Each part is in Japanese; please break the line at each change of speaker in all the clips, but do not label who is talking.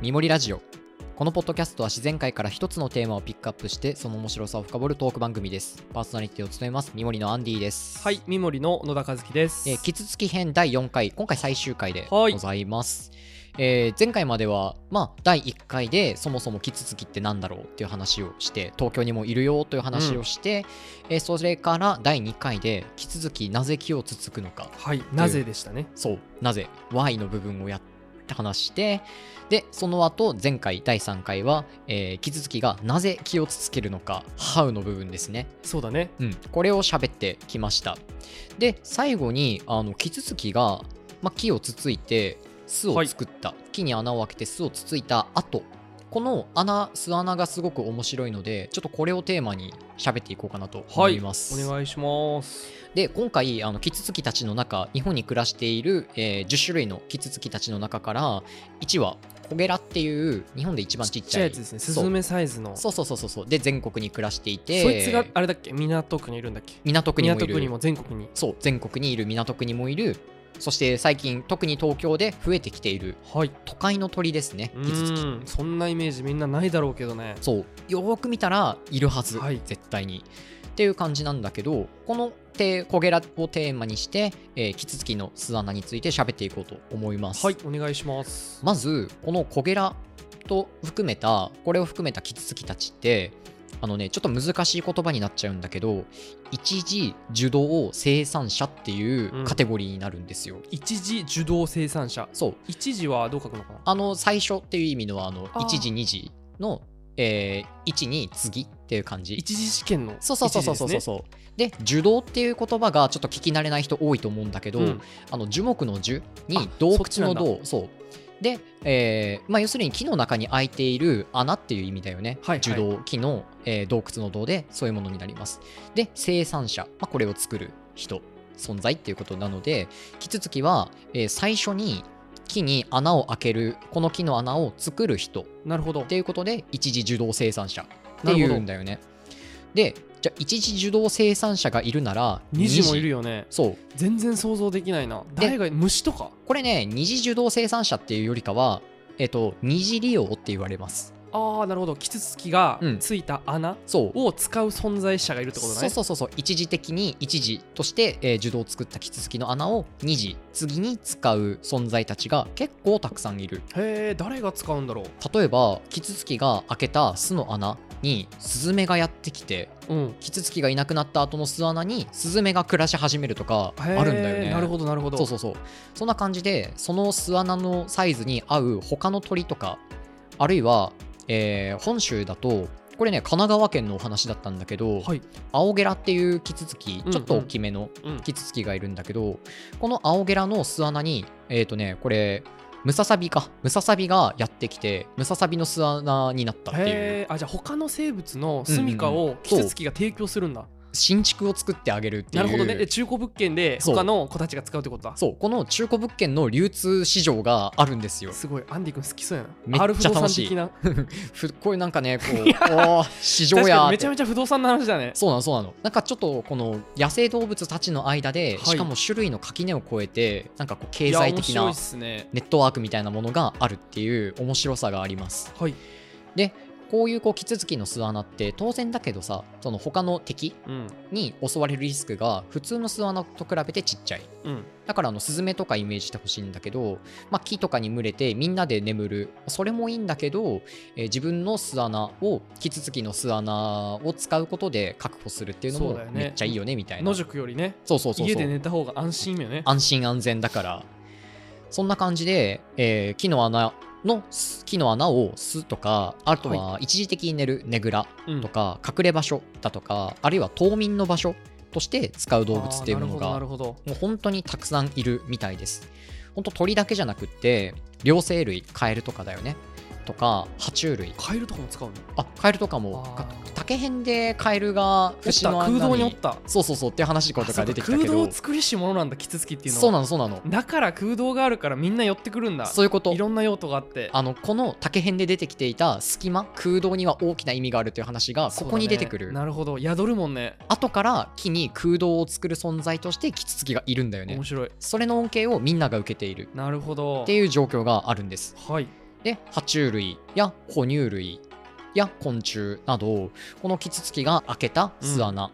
みもりラジオこのポッドキャストは自然界から一つのテーマをピックアップしてその面白さを深掘るトーク番組ですパーソナリティを務めますみもりのアンディです
はい、三森の野田和樹です。
えー、キツツキ編第4回今回最終回で
はい
ございます、えー前回まではまあ第1回でそもそもキツツキってなんだろうっていう話をして東京にもいるよという話をして、えーそれから第2回でキツツキなぜ木をつつくのか
はい、なぜでしたね。
そうなぜ Y の部分をやって話してでその後前回第3回は、えー、キツツキがなぜ木をつつけるのか How の部分ですね
そうだね。
うん、これを喋ってきましたで最後にあのキツツキが、まあ、木をつついて巣を作った、木に穴を開けて巣をつついた後この穴巣穴がすごく面白いのでちょっとこれをテーマに喋っていこうかなと思
はいい、お
ます、
願いします。
で今回あのキツツキたちの中日本に暮らしている、えー10種類のキツツキたちの中から1羽コゲラっていう日本で一番ちっちゃい
やつですね。スズメサイズの。
そうそうそうそうそうで全国に暮らしていて
そいつがあれだっけ、港区にいるんだっけ。
港区にもい
港
る
区にも全国に。
そう全国にいる港区にもいるそして最近特に東京で増えてきている
はい。
都会の鳥ですね
う
キツツキ
ーん、そんなイメージみんなないだろうけどね。
そうよーく見たらいるはず、
はい
絶対にっていう感じなんだけどこの手コゲラをテーマにして、えーキツツキの巣穴について喋っていこうと思います、
はい、お願いします。
まずこのコゲラと含めたこれを含めたキツツキたちってあのねちょっと難しい言葉になっちゃうんだけど一次受動生産者っていうカテゴリーになるんですよ、
一時受動生産者。
そう
一時はどう書くのかな。
あの最初っていう意味のあの
あー
1時2時の、えー、1に次っていう感じ
一時試験の。
そうそうそうそうそうそうで受動っていう言葉がちょっと聞き慣れない人多いと思うんだけど、
うん
あの樹木の樹に
あ
洞
そっち
窟
な
の
んだ
洞そうで、えーまあ、要するに木の中に開いている穴っていう意味だよね、
はいはい
樹洞木の、えー洞窟の洞でそういうものになりますで生産者、まあ、これを作る人存在っていうことなのでキツツキは、えー最初に木に穴を開けるこの木の穴を作る人
なるほど
っ。ていうことで一次受動生産者っていうんだよねでじゃあ一次受動生産者がいるなら
二時もいる
よ
よね。
そう
全然想像できないな。誰が虫とか。
これね二次受動生産者っていうよりかはえっと二次利用って言われます
ああ、なるほど。キツツキが
うん
ついた穴。
そう
を使う存在者がいるってことだ
そう
ね。
そうそうそう一時的に一時として、えー受動を作ったキツツキの穴を二次次に使う存在たちが結構たくさんいる
へえ、誰が使うんだろう。
例えばキツツキが開けた巣の穴にスズメがやってきて
うん。
キツツキがいなくなった後の巣穴にスズメが暮らし始めるとかあるんだよ
へ
ね
ーなるほどなるほど。
そうそうそうそんな感じでその巣穴のサイズに合う他の鳥とかあるいは、えー本州だとこれね神奈川県のお話だったんだけど、
はい。
青ゲラっていうキツツキ
うん
ちょっと大きめの
うん。
キツツキがいるんだけど、この青ゲラの巣穴にえっ、とねこれムササビかムササビがやってきてムササビの巣穴になったっていう
へえ、あじゃあ他の生物の住みか
うんうんう
を
ん
キツツキが提供するんだ。
新築を作ってあげるってい
な
う
るほどね。で中古物件で
そう
他の子たちが使うってことだ。
そうこの中古物件の流通市場があるんですよ
すごいアンディ君好きそうや
めっちゃ
な。R 不動
楽
産
しい
的な。
ふこういうなんかねこうおー市場
確か
や
にめちゃめちゃ不動産の話だね。
そうなのそうなのなんかちょっとこの野生動物たちの間で、
はい
しかも種類の垣根を越えてなんかこう経
いや
済的
面白い
な
っすね。
ネットワークみたいなものがあるっていう面白さがあります
はい。
でこういうこうキツツキの巣穴って当然だけどさその他の敵
うん。
に襲われるリスクが普通の巣穴と比べてちっちゃい
うん。
だからあのスズメとかイメージしてほしいんだけど、まあ、木とかに群れてみんなで眠るそれもいいんだけど、えー自分の巣穴をキツツキの巣穴を使うことで確保するっていうの
そ
も
うだよね
めっちゃいいよねみたいな
野宿よりね。
そうそうそうそう
家で寝た方が安心よね。
安心安全だからそんな感じで、えー木の穴の木の穴を巣とかあとは一時的に寝るねぐら
うん
とか、隠れ場所だとかあるいは冬眠の場所として使う動物っていうもの
あー
が
なるほどなるほ
もう本当にたくさんいるみたいです。本当鳥だけじゃなくって両生類カエルとかだよねとか爬虫類
ど。カエルとかも使うの。
あカエルとかも
あー
竹編でカエルが
おっ
節
た
の穴
空洞におった。
そうそうそうって話とかが出てきた
あそう
け
か空
ど
洞作りし者なんだキツツキっていうのは
そうなのそうなの
だから空洞があるからみんな寄ってくるんだ
そういうこと
いろんな用途があって
あのこの竹編で出てきていた隙間空洞には大きな意味があるという話がこ
そうだね
こに出てくる、
なるほど宿るもんね
後から木に空洞を作る存在としてキツツキがいるんだよね
面白い
それの恩恵をみんなが受けている
なるほど
っていう状況があるんです
はい
で爬虫類や哺乳類や昆虫などこのキツツキが開けた巣穴、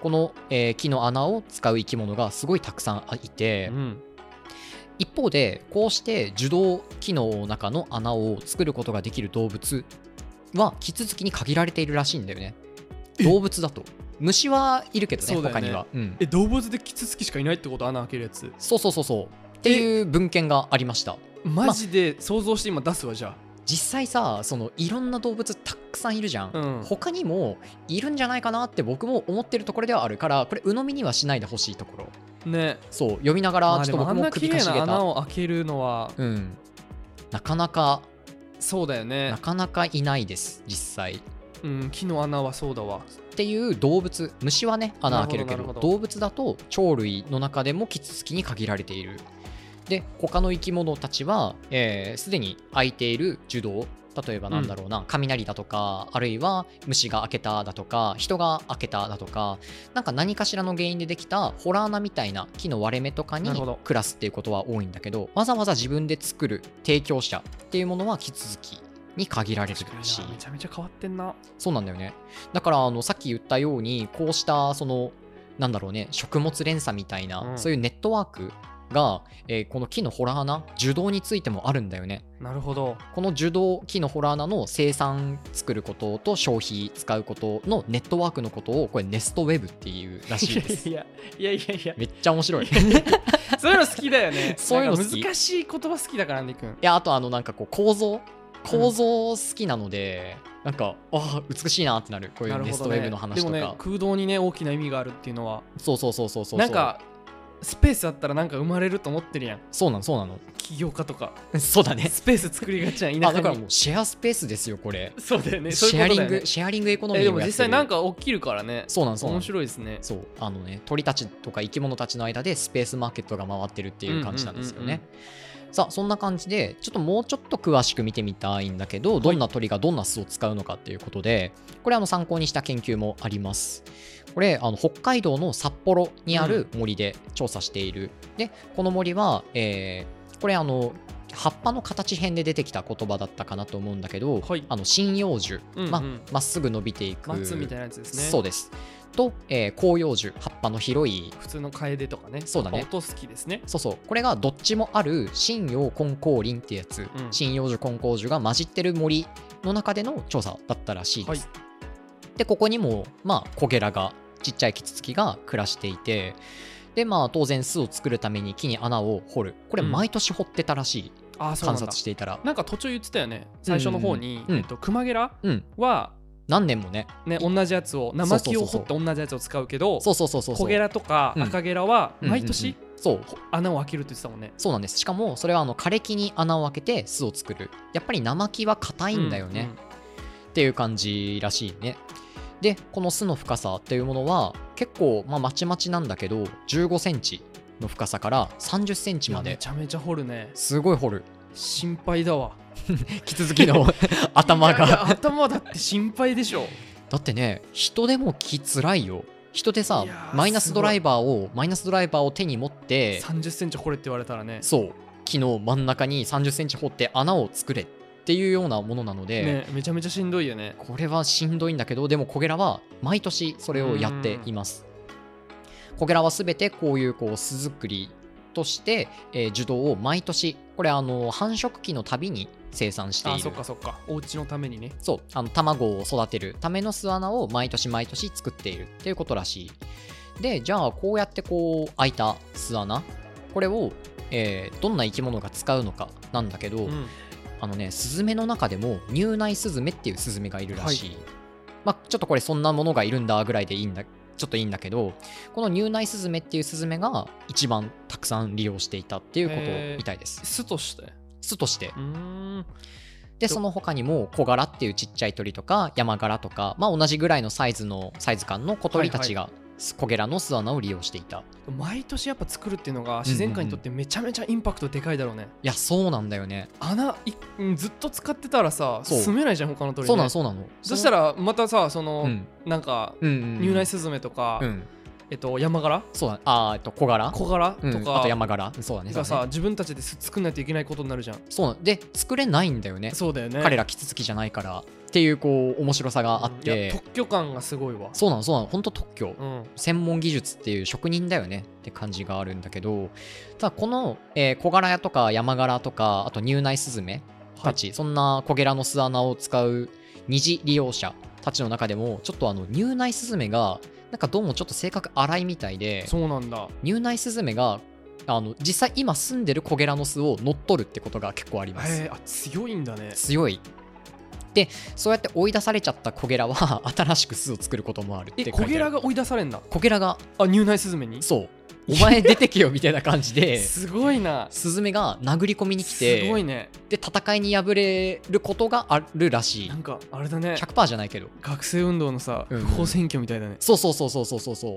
この、えー木の穴を使う生き物がすごいたくさんいて、
うん
一方でこうして受動機能の中の穴を作ることができる動物はキツツキに限られているらしいんだよね
え
動物だと虫はいるけどね
そうだよ
他
ね
には、うん、
え動物でキツツキしかいないってこと穴開けるやつ
そうそうそうそうっていう文献がありました
マジで想像して今出すわじゃ
実際さそのいろんな動物たくさんいるじゃん、
あうん
他にもいるんじゃないかなって僕も思ってるところではあるからこれ鵜呑みにはしないでほしいところ
ね
そう読みなが
ま
ら
あ
ち
で
ょっと
もあ
僕
ん
も
な綺
首か
麗
しげ
な
た、
穴を開けるのは
うんなかなか
そうだよね
なかなかいないです実際
うん木の穴はそうだわ
っていう動物虫はね穴開けるけ
なる
ど
ほどなるほど
動物だと鳥類の中でもキツツキに限られているで他の生き物たちはすで、えー既に開いている樹洞例えばなんだろうな、雷だとかあるいは虫が開けただとか人が開けただとかなんか何かしらの原因でできたホラー穴みたいな木の割れ目とかに
なるほど
暮らすっていうことは多いんだけどわざわざ自分で作る提供者っていうものはキツツキに限られる
確かに
らしい
なめちゃめちゃ変わってんな
そうなんだよね。だからあのさっき言ったようにこうしたそのなんだろうね食物連鎖みたいな、
うん
そういうネットワークが、えーこの木のホラー穴樹洞についてもあるんだよね。
なるほど
この樹洞木のホラー穴の生産作ることと消費使うことのネットワークのことをこれネストウェブっていうらしい です。
いやいやいやいや
めっちゃ面 白い。い
そういうの好きだよ ね
そういうの好き
なんか難しい言葉好きだからねりくん
やあとあのなんかこう構造構造好きなので、なんかああ美しいなってなるこうい
な
う
る
ネ
ほ
ス
ど
トウ
ね
ェブの話とか、
でもね空洞にね大きな意味があるっていうのは
そうそうそうそうそうそう
なんかスペースあったらなんか生まれると思ってるやん
そうなのそうなの
起業家 とか
そう だね
スペース作りがちやん
あ
田
だ
舎
から
に
もうシェアスペースですよこれ、
そうだよねそう
シ
いう
ェアリ
ことだ
ン
よね
グシェアリングエコノミ
え
ー
で
を
も
やってる
実際なんか起きるからね
そうなんそうなん
面白いですね
そうあのね鳥たちとか生き物たちの間でスペースマーケットが回ってるっていう感じなんですよね、
うんうんうん
さあそんな感じでちょっともうちょっと詳しく見てみたいんだけどどんな鳥がどんな巣を使うのかっていうことでこれあの参考にした研究もありますこれあの北海道の札幌にある森で調査している、でこの森は、えーこれあの葉っぱの形編で出てきた言葉だったかなと思うんだけど、
はい
あの針葉樹
うんうん
ままっすぐ伸びていく
松みたいなやつですね
そうです。と、えー広葉樹、葉っぱの広い、
普通の楓とかね
そうだね
やっぱ音好きですね
そうそう、これがどっちもある針葉根光林ってやつ、
ん
針葉樹、根光樹が混じってる森の中での調査だったらしいです。
はい
で、ここにも、まあ、コゲラが、ちっちゃいキツツキが暮らしていて、で、まあ、当然巣を作るために木に穴を掘る。これ、
うん
毎年掘ってたらしい、
あーそう
観
なんだ
察していたら。
なんか途中言ってたよね最初の方に、
うん
えっと、クマゲラ
うん、
は
何年もね。
ね同じやつを生木を掘って同じやつを使うけど
そうそうそうそうそう。
コゲラとか
うん
赤ゲラは
うんうんうん
毎年
そう、
穴を開けるって言ってたもんね
そうなんですしかもそれはあの枯れ木に穴を開けて巣を作るやっぱり生木は硬いんだよね、
うん
っていう感じらしいねでこの巣の深さっていうものは結構まあまちまちなんだけど1 5センチの深さから3 0センチ
いや
ま
め
で
ちゃめちゃ掘るね
すごい掘る
心配 だわ
キツツ キの頭
いやいや
が
頭だって心配でしょ
だってね人でも木つらいよ人でさ
いやー
マイナスドライバーをマイナスドライバーを手に持って
3 0ンチ掘れって言われたらね
そう木の真ん中に3 0ンチ掘って穴を作れっていうようなものなので、
ねめちゃめちゃしんどいよね
これはしんどいんだけどでもコゲラは毎年それをやっていますコゲラは全てこういうこう巣作りとして、えー樹洞を毎年これあの繁殖期のたびに生産してい
あ
る
そっかそっかお家のためにね
そうあの卵を育てるための巣穴を毎年毎年作っているっていうことらしいでじゃあこうやってこう開いた巣穴これを、えーどんな生き物が使うのかなんだけど、
うん
あのね、スズメの中でも入内スズメっていうスズメがいるらしい。まあ、ちょっとこれそんなものがいるんだぐらいでいいんだ、ちょっといいんだけど、この入内スズメっていうスズメが一番たくさん利用していたっていうことみたいです。
巣として
巣として
う。ーん
で、
と
その他にも小柄っていうちっちゃい鳥とか山柄とか、まあ、同じぐらいのサイズの、サイズ感の小鳥たちが、コゲラの巣穴を利用していた。
毎年やっぱ作るっていうのが自然界にとってめちゃめちゃインパクトでかいだろうね
いや、そうなんだよね。
穴いうんずっと使ってたらさ
そう
住めないじゃん他の鳥ね
そうなの、そうなの。
そした
ら、
らまたさその、
うん、
なんか
うんうんうん、
入内スズメとか、
うん、
えっと、山柄
そうだねあーえっと小柄
小柄
うん
とか、
あと山柄そうだね
が
そうだ
さ
ね
自分たちです作んないといけないことになるじゃん
そうなので作れないんだよね
そうだよね
彼らキツツキじゃないからっていうこう面白さがあっ
いや
て
特許感がすごいわ
そうなのそうなの本当特許
うん
専門技術っていう職人だよねって感じがあるんだけどただこの、えー小柄やとか山柄とかあと入内スズメたち、そんな小柄の巣穴を使う二次利用者たちの中でもちょっとあの入内スズメがなんかどうもちょっと性格荒いみたいで
そうなんだ
入内スズメがあの実際今住んでる小柄の巣を乗っ取るってことが結構あります
へえあ強いんだね
強いでそうやって追い出されちゃった小ゲラは 新しく巣を作ることもあるって
え
書い
小
て
ゲ
あ
ラ
る
が追い出されんだ
小ゲラが
あ入内スズメに
そうお前出てけよみたいな感じです
ごいな
スズメが殴り込みに来て
すごいね
で戦いに敗れることがあるらしい
なんかあれだね
100%じゃないけど
学生運動のさ
うん
不法選挙みたいだね、
そうそうそうそうそうそうそう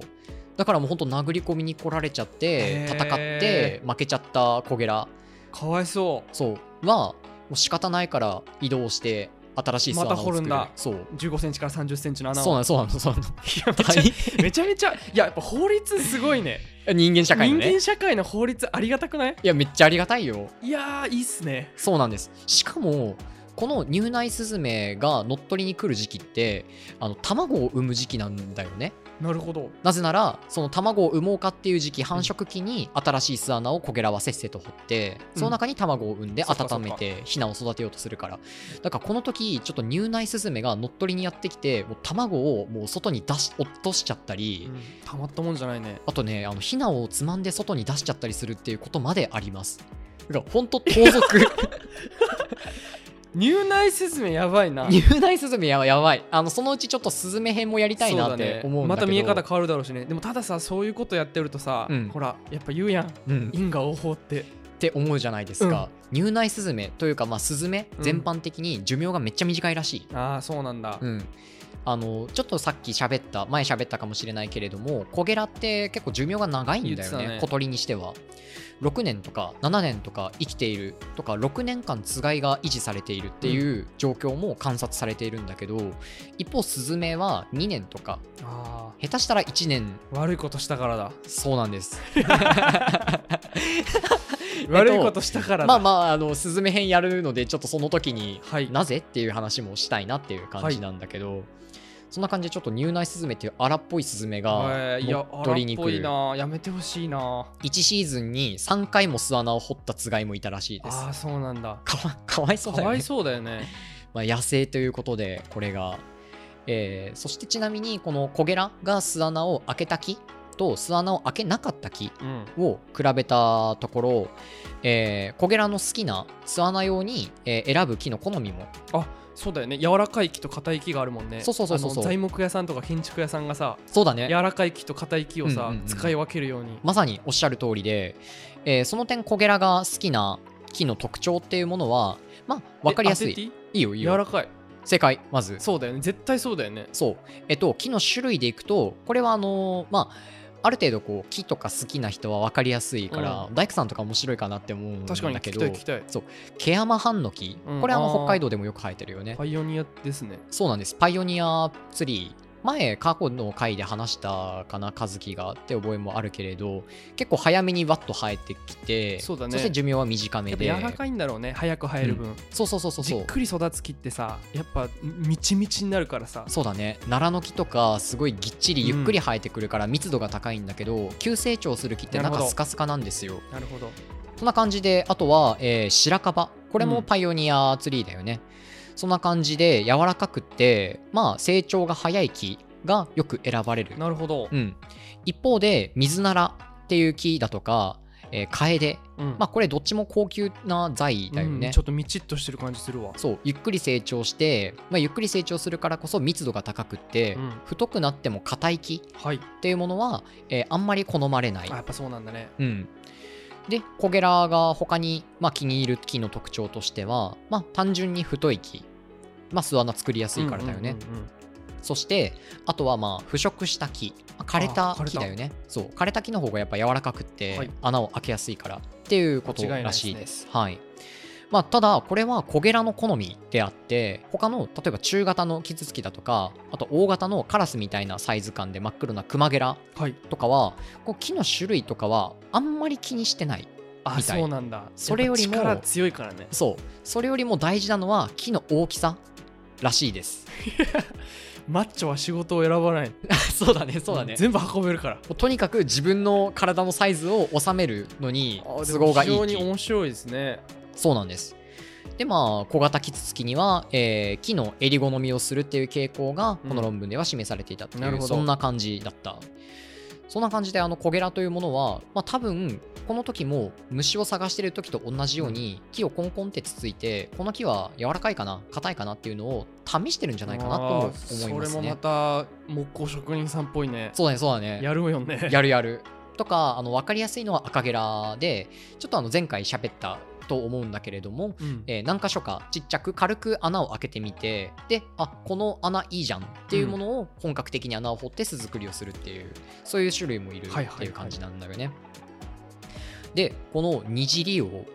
だからもうほんと殴り込みに来られちゃって
へー
戦って負けちゃった小ゲラ
かわいそう
そうはもう仕方ないから移動して新しい巣穴を作る
また掘るんだ
そう
15センチから30センチの穴を
そうなのそうなのそうなの
めちゃめちゃめちゃいややっぱ法律すごいね
人間社会のね
人間社会の法律ありがたくない
いやめっちゃありがたいよ
いやーいいっすね
そうなんですしかもこの入内スズメが乗っ取りに来る時期ってあの卵を産む時期なんだよね
なるほど
なぜならその卵を産もうかっていう時期繁殖期に新しい巣穴をこげらはせっせと掘って
うん
その中に卵を産んで
そっかそっか
温めてヒナを育てようとするからだからこの時ちょっと入内スズメが乗っ取りにやってきてもう卵をもう外に出し落としちゃったり、
うんたまったもんじゃないね
あとね、あのヒナをつまんで外に出しちゃったりするっていうことまであります。だから本当盗賊
入内説明やばいな
入内スズメやばいやばいあのそのうちちょっとスズメ編もやりたいな
そ
っ
だ
て
ね
思うんだ
ま
けど
た見え方変わるだろうしねでもたださそういうことやってるとさ、
うん
ほらやっぱ言うやん
うん、っ
因果応報って
て思うじゃないですか、入内スズメというか、まあ、スズメ
うん
全般的に寿命がめっちゃ短いらしい、
ああそうなんだ、
うんあのちょっとさっき喋った前喋ったかもしれないけれどもコゲラって結構寿命が長いんだ
言
よ
っ
ね
てたね
小鳥にしては6年とか7年とか生きているとか6年間つがいが維持されているっていう状況も観察されているんだけど、一方スズメは2年とか
あ
下手したら1年
あ悪いことしたからだ
そうなんです
悪いことしたからだ、
まあまああのスズメ編やるのでちょっとその時に
はい
なぜっていう話もしたいなっていう感じなんだけど、そんな感じでちょっとニューナイスズメっていう荒っぽいスズメが
えーい
乗
や
っ
荒
取り
っ
に
ぽ
来
い
る
なやめてほしいな
1シーズンに3回も巣穴を掘ったつがいもいたらしいです
ああそうなんだ
かわ かわいそ
か
うだよ
わ
ね
いそうだよね
まあ、野生ということでこれが、えーそしてちなみにこのコゲラが巣穴を開けた木と巣穴を開けなかった木
うん
を比べたところ、えー、コゲラの好きな巣穴用に、えー選ぶ木の好みも
そうだよね柔らかい木と硬い木があるもんね
そうそうそうそうそう
あの材木屋さんとか建築屋さんがさ
そうだ
柔
ね
らかい木と硬い木をさ、
うんうんうん
使い分けるように
まさにおっしゃる通りで、えーその点コゲラが好きな木の特徴っていうものはまあ分かりやす
え当
い
てて
いいよいい
い柔
よ
らかい
正解まず
そうだよね絶対そうだよね
そう。えっと、木の種類でいくと、これはあのーまあ、ある程度こう木とか好きな人は分かりやすいから、
う
大工さんとか面白いかなって思うんだ
確かに聞
け
き
ど
たい聞きたい
ケヤマハンノキ、
うん
これあの
あー
北海道でもよく生えてるよね、
パイオニアですね
そうなんですパイオニアツリー前過去の回で話したかな和樹がって覚えもあるけれど結構早めにわっと生えてきて
そうだね
して寿命は短め
やっぱ
で
柔らかいんだろうね早く生える分、
そうそうそうそう
じ
そ
っ
う
くり育つ木ってさやっぱみちみちになるからさ
そうだね奈良の木とかすごいぎっちりゆっくり生えてくるから密度が高いんだけど、急成長する木って
な
中
るほど
スカスカなんですよ
なるほど
そんな感じであとは、えー白樺これ
う
も
ん
パイオニアツリーだよね、そんな感じで柔らかくてまあ成長が早い木がよく選ばれる、
なるほど
う、ん、一方で水ならっていう木だとか、えーカエデ
うん
まあこれどっちも高級な材だよね、
うんちょっとみちっとしてる感じするわ
そうゆっくり成長して、まあ、ゆっくり成長するからこそ密度が高くって、
うん
太くなっても硬い木
はい
っていうものは、えーあんまり好まれない
あ。やっぱそうなんだね
うん、でコゲラが他に、まあ、気に入る木の特徴としては、まあ、単純に太い木、まあ、巣穴作りやすいからだよね、
うんうんうんうん
そしてあとはまあ腐食した木、まあ枯れた
あ枯れ
木
た
だよねそう枯れた木の方がやっぱ柔らかくって、
はい
穴を開けやすいからっていうことらしいですはいまあ、ただこれはコゲラの好みであって他の例えば中型のキツツキだとかあと大型のカラスみたいなサイズ感で真っ黒なクマゲラ
はい
とかはこう木の種類とかはあんまり気にしてない
あ
みたい
そうなんだ
それよりも
やっぱ力強いからね
そうそれよりも大事なのは木の大きさらしいです
マッチョは仕事を選ばない
そうだねそうだ
全部運べるから
とにかく自分の体のサイズを収めるのに
あーで
都
も
合がいい
非常
って
に
いう
面白いですね
そうなんですでまあ小型キツツキには、えー木の襟好みをするっていう傾向が
うん
この論文では示されていたっていう、
なるほど
そんな感じだったそんな感じであのコゲラというものは、まあ、多分この時も虫を探してる時と同じように木をコンコンってつついてこの木は柔らかいかな硬いかなっていうのを試してるんじゃないかなとも
あ
思い
ー
ますね
それもまた木工職人さんっぽいね
そうだねそうだね
やるよ ね
やるやる。とかあの分かりやすいのは赤ゲラでちょっとあの前回喋ったと思うんだけれども、
うん
えー何箇所かちっちゃく軽く穴を開けてみてであこの穴いいじゃんっていうものを本格的に穴を掘って巣作りをするっていうそういう種類もいるっ
はいはいはい
ていう感じなんだよね。でこのにじりを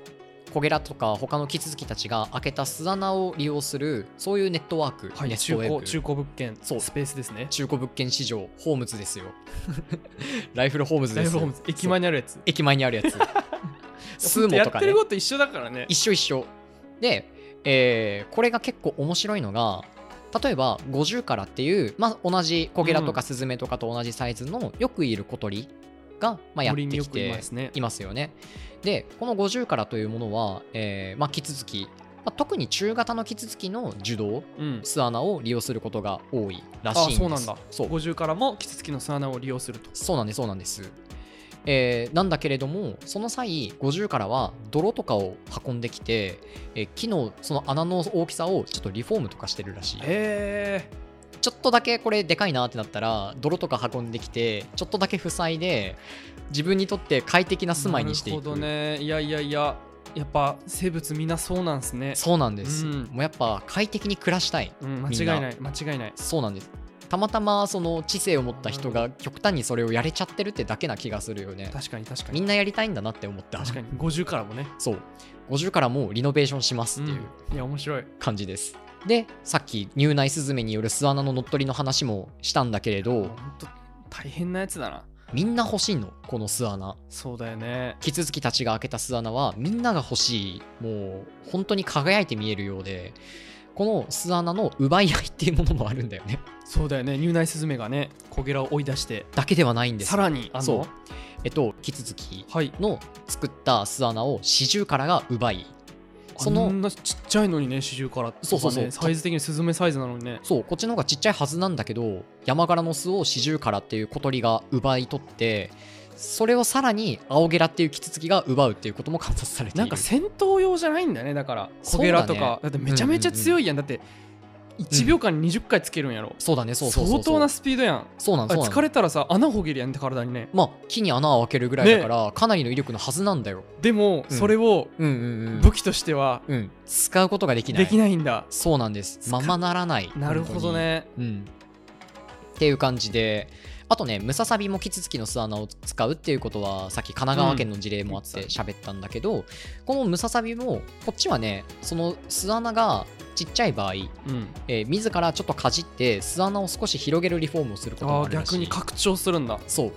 コゲラとか他のキツツキたちが開けた巣穴を利用するそういうネットワーク、
は
ネッ
い、中
トウェ
古
ブ
中古物件
そう
スペースですね
中古物件市場ホームズですよ ライフルホームズ
ラ
で
イ
す
フホームズ駅前にあるやつ
駅前にあるやつ スー
ほん
モ
や
と
っ
か
て
ね
ること一緒だからね
一緒一緒で、えーこれが結構面白いのが例えば50からっていう、まあ、同じコゲラとかスズメとかと同じサイズのよくいる小鳥が、まあ、やって
森によ
き
くい
て
ますね
いますよねでこの50からというものは、えーまあ、キツツキ、まあ特に中型のキツツキの樹洞
うん
巣穴を利用することが多いらしいん
あ
です
そうなんだ
そう
50からもキツツキの巣穴を利用すると
そうなんですそうなんです、えーなんだけれどもその際50からは泥とかを運んできて、えー木のその穴の大きさをちょっとリフォームとかしてるらしい
へえ
ちょっとだけこれでかいなってなったら泥とか運んできてちょっとだけ塞いで自分にとって快適な住まいにしてい
な
く
るほどねいやいやいややっぱ生物みんなそうなんすね
そうなんです、
うん
もうやっぱ快適に暮らしたい
うん、間
み
違
ん
い
な
ない間違いない
そうなんですたまたまその知性を持った人が極端にそれをやれちゃってるってだけな気がするよね
確かに確か
み
に
んなやりたいんだなって思った
確かに50からもね
そう50からもうリノベーションしますっていう
うんいや面白い
感じです、でさっき入内スズメによる巣穴の乗っ取りの話もしたんだけれ
もう
ど
ほんと大変なやつだな
みんな欲しいのこの巣穴
そうだよね
キツツキたちが開けた巣穴はみんなが欲しいもう本当に輝いて見えるようでこの巣穴の奪い合いっていうものもあるんだよね
そうだよね入内スズメがねコゲラを追い出して
だけではないんです
さらにあの
そうえっとキツツキ
はい
の作った巣穴をシジュウカラが奪いそ
そ
の
んなちっちゃいのにねシジュウカラ
そうそうそう
とかねサイズ的にスズメサイズなのにね
そうこっちの方がちっちゃいはずなんだけど山柄の巣をシジュウカラっていう小鳥が奪い取ってそれをさらに青ゲラっていうキツツキが奪うっていうことも観察されている
なんか戦闘用じゃないんだねだから
そうだね
コゲラとかだ,、ってめちゃめちゃ強いやん、だって1秒間に20回つけるんやろ、
そうだねそうそうそうそう
相当なスピードやん
そうなん
あ
そう
れ
なん
疲れたらさ穴ほげるやんって体にね
まあ木に穴を開けるぐらいだから、かなりの威力のはずなんだよ
でも
うん
それを
うんうんう
武器としては
うん、使うことができない
できないんだ、
そうなんです
使
ま
う
まならない
なるほどね
うん、っていう感じであとねムササビもキツツキの巣穴を使うっていうことはさっき神奈川県の事例もあっ
うん
て喋ったんだけど、このムササビもこっちはねその巣穴がちっちゃい場合、
うん
えー自らちょっとかじって巣穴を少し広げるリフォームをすることも
あ
あ
ー
るらし
逆
い
に拡張するんだ
そう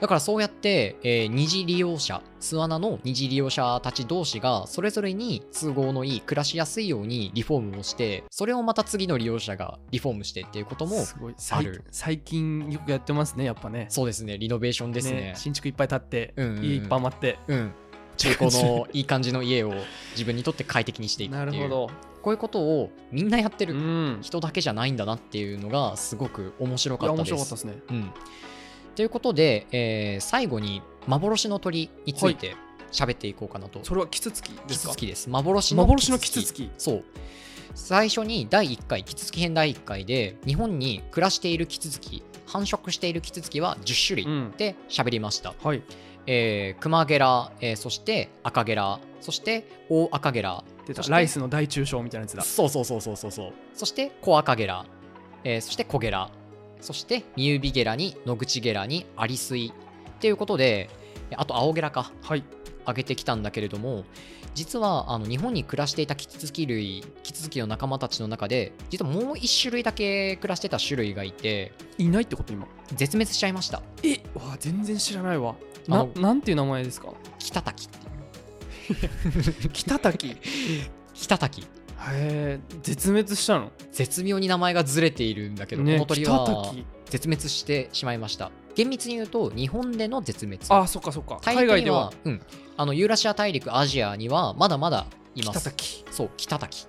だからそうやって、えー二次利用者巣穴の二次利用者たち同士がそれぞれに都合のいい暮らしやすいようにリフォームをしてそれをまた次の利用者がリフォームしてっていうことも
すごい最
ある
最近よくやってますねやっぱね
そうですね、リノベーションですね。
新築いっぱい建って、
うんうんうん
家いっぱい余って
うん。中古のいい感じの家を自分にとって快適にしていくっ
なる
てい
ほ
う。
ど
こういうことをみんなやって
う
る、
ん
人だけじゃないんだなっていうのがすごく面白
い
かっ
や
た
面
です。
白かったですね
うん。ということで、えー最後に幻の鳥について喋っていこうかなと。
それはキツツキで
キ
す
ツ
か
ツキです。幻の
幻のキツツキ
そう。最初に第1回、キツツキ編第1回で、日本に暮らしているキツツキ、繁殖しているキツツキは10種
う
類っ
ん
て喋りました。
はい
えー、クマゲラ、えーそして赤ゲラ、そして大赤ゲラ、
出
そ
た
して
ライスの大中小みたいなやつだ
そうそうそうそうそうそう、そして小赤ゲラ、えーそして小ゲラ、そしてミユビゲラに野口ゲラにアリスイっていうことで、えあと青ゲラか
はい
挙げてきたんだけれども実はあの日本に暮らしていたキツツキ類キツツキの仲間たちの中で実はもう一種類だけ暮らしてた種類がいて
いないってこと今
絶滅しちゃいました
えわ全然知らないわ
あ
な
の
なんていう名前ですか
キタタキっていう
北滝 へ
キタタキ
え絶滅したの
絶妙に名前がずれているんだけど、この鳥
北
は
滝
絶滅してしまいました厳密に言うと日本での絶滅
あそっかそっか
大陸
海
に
外では
うん、あのユーラシア大陸アジアにはまだまだいま
北
す
滝
そう北滝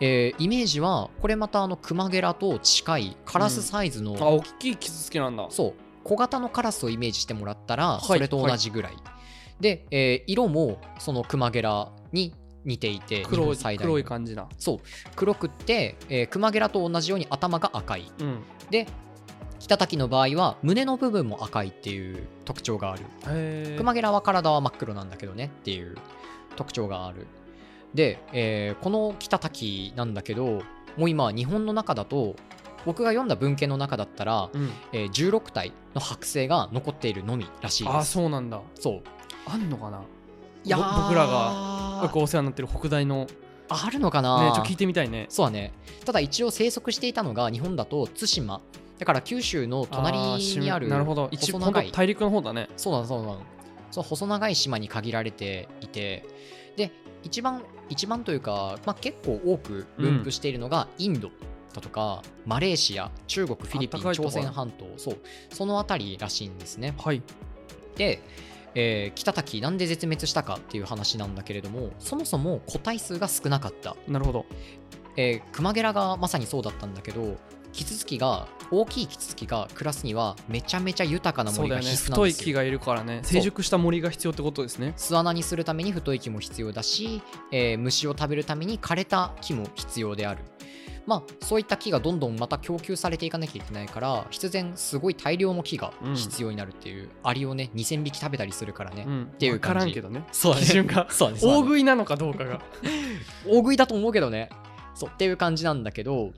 えーイメージはこれまたあのクマゲラと近いカラスサイズの、
あ大きいキツツキなんだ
そう小型のカラスをイメージしてもらったら
はい
それと同じぐらい、で、えー色もそのクマゲラに似ていて日
黒
本
い
最大の
黒い感じだ
そう黒くって、えークマゲラと同じように頭が赤い
うん
で北滝の場合は胸の部分も赤いっていう特徴がある
へえ
クマゲラは体は真っ黒なんだけどねっていう特徴があるで、えーこの北滝なんだけどもう今日本の中だと僕が読んだ文献の中だったら、
うん
えー16体の剥製が残っているのみらしいです
あそうなんだ
そう
あんのかな
いやー
ぼ僕らが僕お世話になってる北大のね
あるのか
ち
な、
ょっと聞いてみたいね
そうだねただ一応生息していたのが日本だと対馬だから九州の隣にある
ーしなるほど一
細
応
長い
大陸の方だね
そうなのそうなのその細長い島に限られていてで一番一番というか、まあ、結構多く分布しているのがインドだとか、マレーシア中国フィリピ
あっ
ン
たかいとこ
朝鮮半島そうその辺りらしいんですね
はい
で、えー北滝なんで絶滅したかっていう話なんだけれどもそもそも個体数が少なかった
なるほど
えークマゲラがまさにそうだったんだけどキツツキが大きいキツツキが暮らすにはめちゃめちゃ豊かな
そう
森
だ
が
よね
必須なん
太
で
い
す
木
よ
がいるからね
そう
成熟した森が必要ってことですね
巣穴にするために太い木も必要だし、えー虫を食べるために枯れた木も必要であるまあそういった木がどんどんまた供給されていかなきゃいけないから必然すごい大量の木が必要になるっていう、アリをね2000匹食べたりするからね、
うん
ていう
分から
感
ん
じ
けどね
そうだね
基準が
そうだねそうだ
大
ね
食いなのかどうかが
大食いだと思うけどねそうっていう感じなんだけど、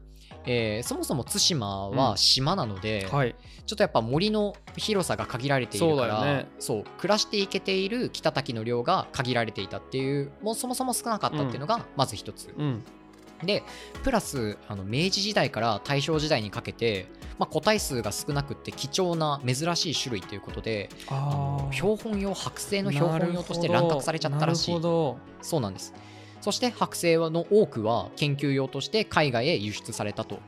えーそもそも対馬は島なので、
はい
ちょっとやっぱ森の広さが限られているから
そうだよね
そう暮らしていけている北滝の量が限られていたっていうもうそもそも少なかったっていうのがまず一つ、
うん
でプラスあの明治時代から大正時代にかけて、まあ、個体数が少なくって貴重な珍しい種類ということであの
ー
標本用剥製の標本用として乱獲されちゃったらし
ないるほど
そうなんですそして剥製の多くは研究用として海外へ輸出されたと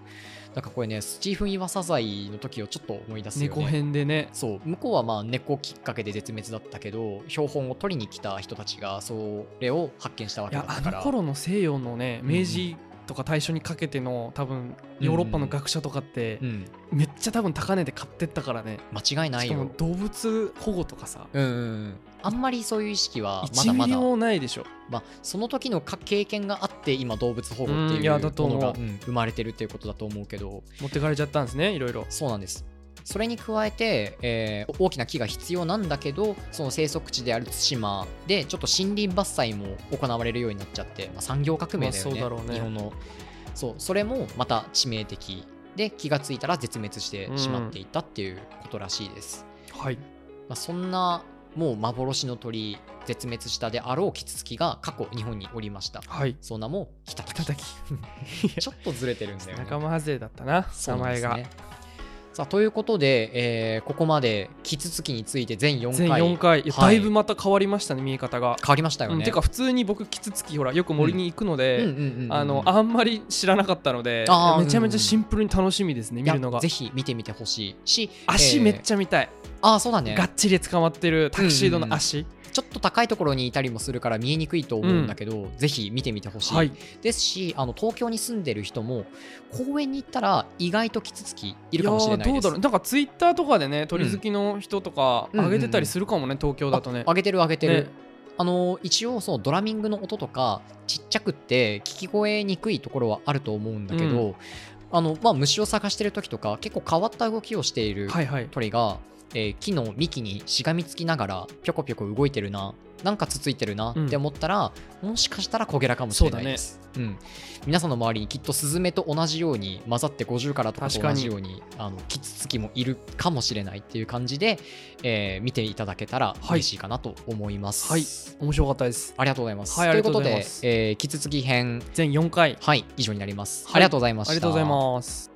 なんかこれねスティーフン・イワサザイの時をちょっと思い出すよね
猫編でね
そう向こうはまあ猫きっかけで絶滅だったけど標本を取りに来た人たちがそれを発見したわ
い
けだ
や
った
あ
か
の
ら
頃の西洋のね
うんうん
明治とか大正にかけての多分ヨーロッパの学者とかって
うん、
めっちゃ多分高値で買ってったからね
間違いな
し
い
か
よ
も、動物保護とかさ
うんうんうん、あんまりそういう意識はまだ
1
ま
ミリ
だ、
もないでしょ
まあ、その時のか経験があって今動物保護って
うんい
いう
や
も
だと思
の
う
が、うん生まれてるっていうことだと思うけど
持ってかれちゃったんですねいろいろ
そうなんですそれに加えて、えー大きな木が必要なんだけどその生息地である対馬でちょっと森林伐採も行われるようになっちゃって、まあ、産業革命だよね,、
まあそうだろうね
日本のそうそれもまた致命的で気がついたら絶滅してしまっていたっていうことらしいです、
はい
まあ、そんなもう幻の鳥絶滅したであろうキツツキが過去日本におりました
はい
その名もキタタキ
叩 き
ちょっとずれてるんだよね
仲間外れだったな
そう
名
なんで
前
す
が
ねさあということで、えーここまでキツツキについて全4回
全4回いや
は
だ
い
いぶまた変わりましたね見え方が
変わりましたよね。
うんてか普通に僕キツツキほらよく森に行くの
うんう
で
んうんうん
あのあんまり知らなかったので
あー
めちゃめちゃシンプルに楽しみですね
い
見
や
るのが
ぜひ見てみてほしいし
足めっ
ゃ、
ちゃ見たい
えーああそうだね
がっちり捕まってるタキシードの足、
ちょっと高いところにいたりもするから見えにくいと思うんだけど、ぜひ見てみてほしい、
はい
ですしあの東京に住んでる人も公園に行ったら意外とキツツキいるかもしれない
や
です
ーどうだろうなんかツイッターとかでね鳥好きの人とか
うん
上げてたりするかもね、東京だとね
あ上げてる上げてる、
ね
あの一応そのドラミングの音とかちっちゃくって聞き声にくいところはあると思うんだけど、あのまあ、虫を探してる時とか結構変わった動きをしている
はいはい
鳥がえー木の幹にしがみつきながらぴょこぴょこ動いてるななんかつついてるなって思ったら、もしかしたらコゲラかもしれないですうん、皆さんの周りにきっとスズメと同じように混ざって50からとかと
確か
同
に
じようにあのキツツキもいるかもしれないっていう感じで、えー見ていただけたら
はい
嬉しいかなと思います。
はい面白かったです
ありがとうございます。
はいあ
とい
り
う
が
こと
う
と
ございま
で、
す
えー、キツツキ編、
全4回
はい、以上になります。
はい
ありがとうございました。
ありがとうございます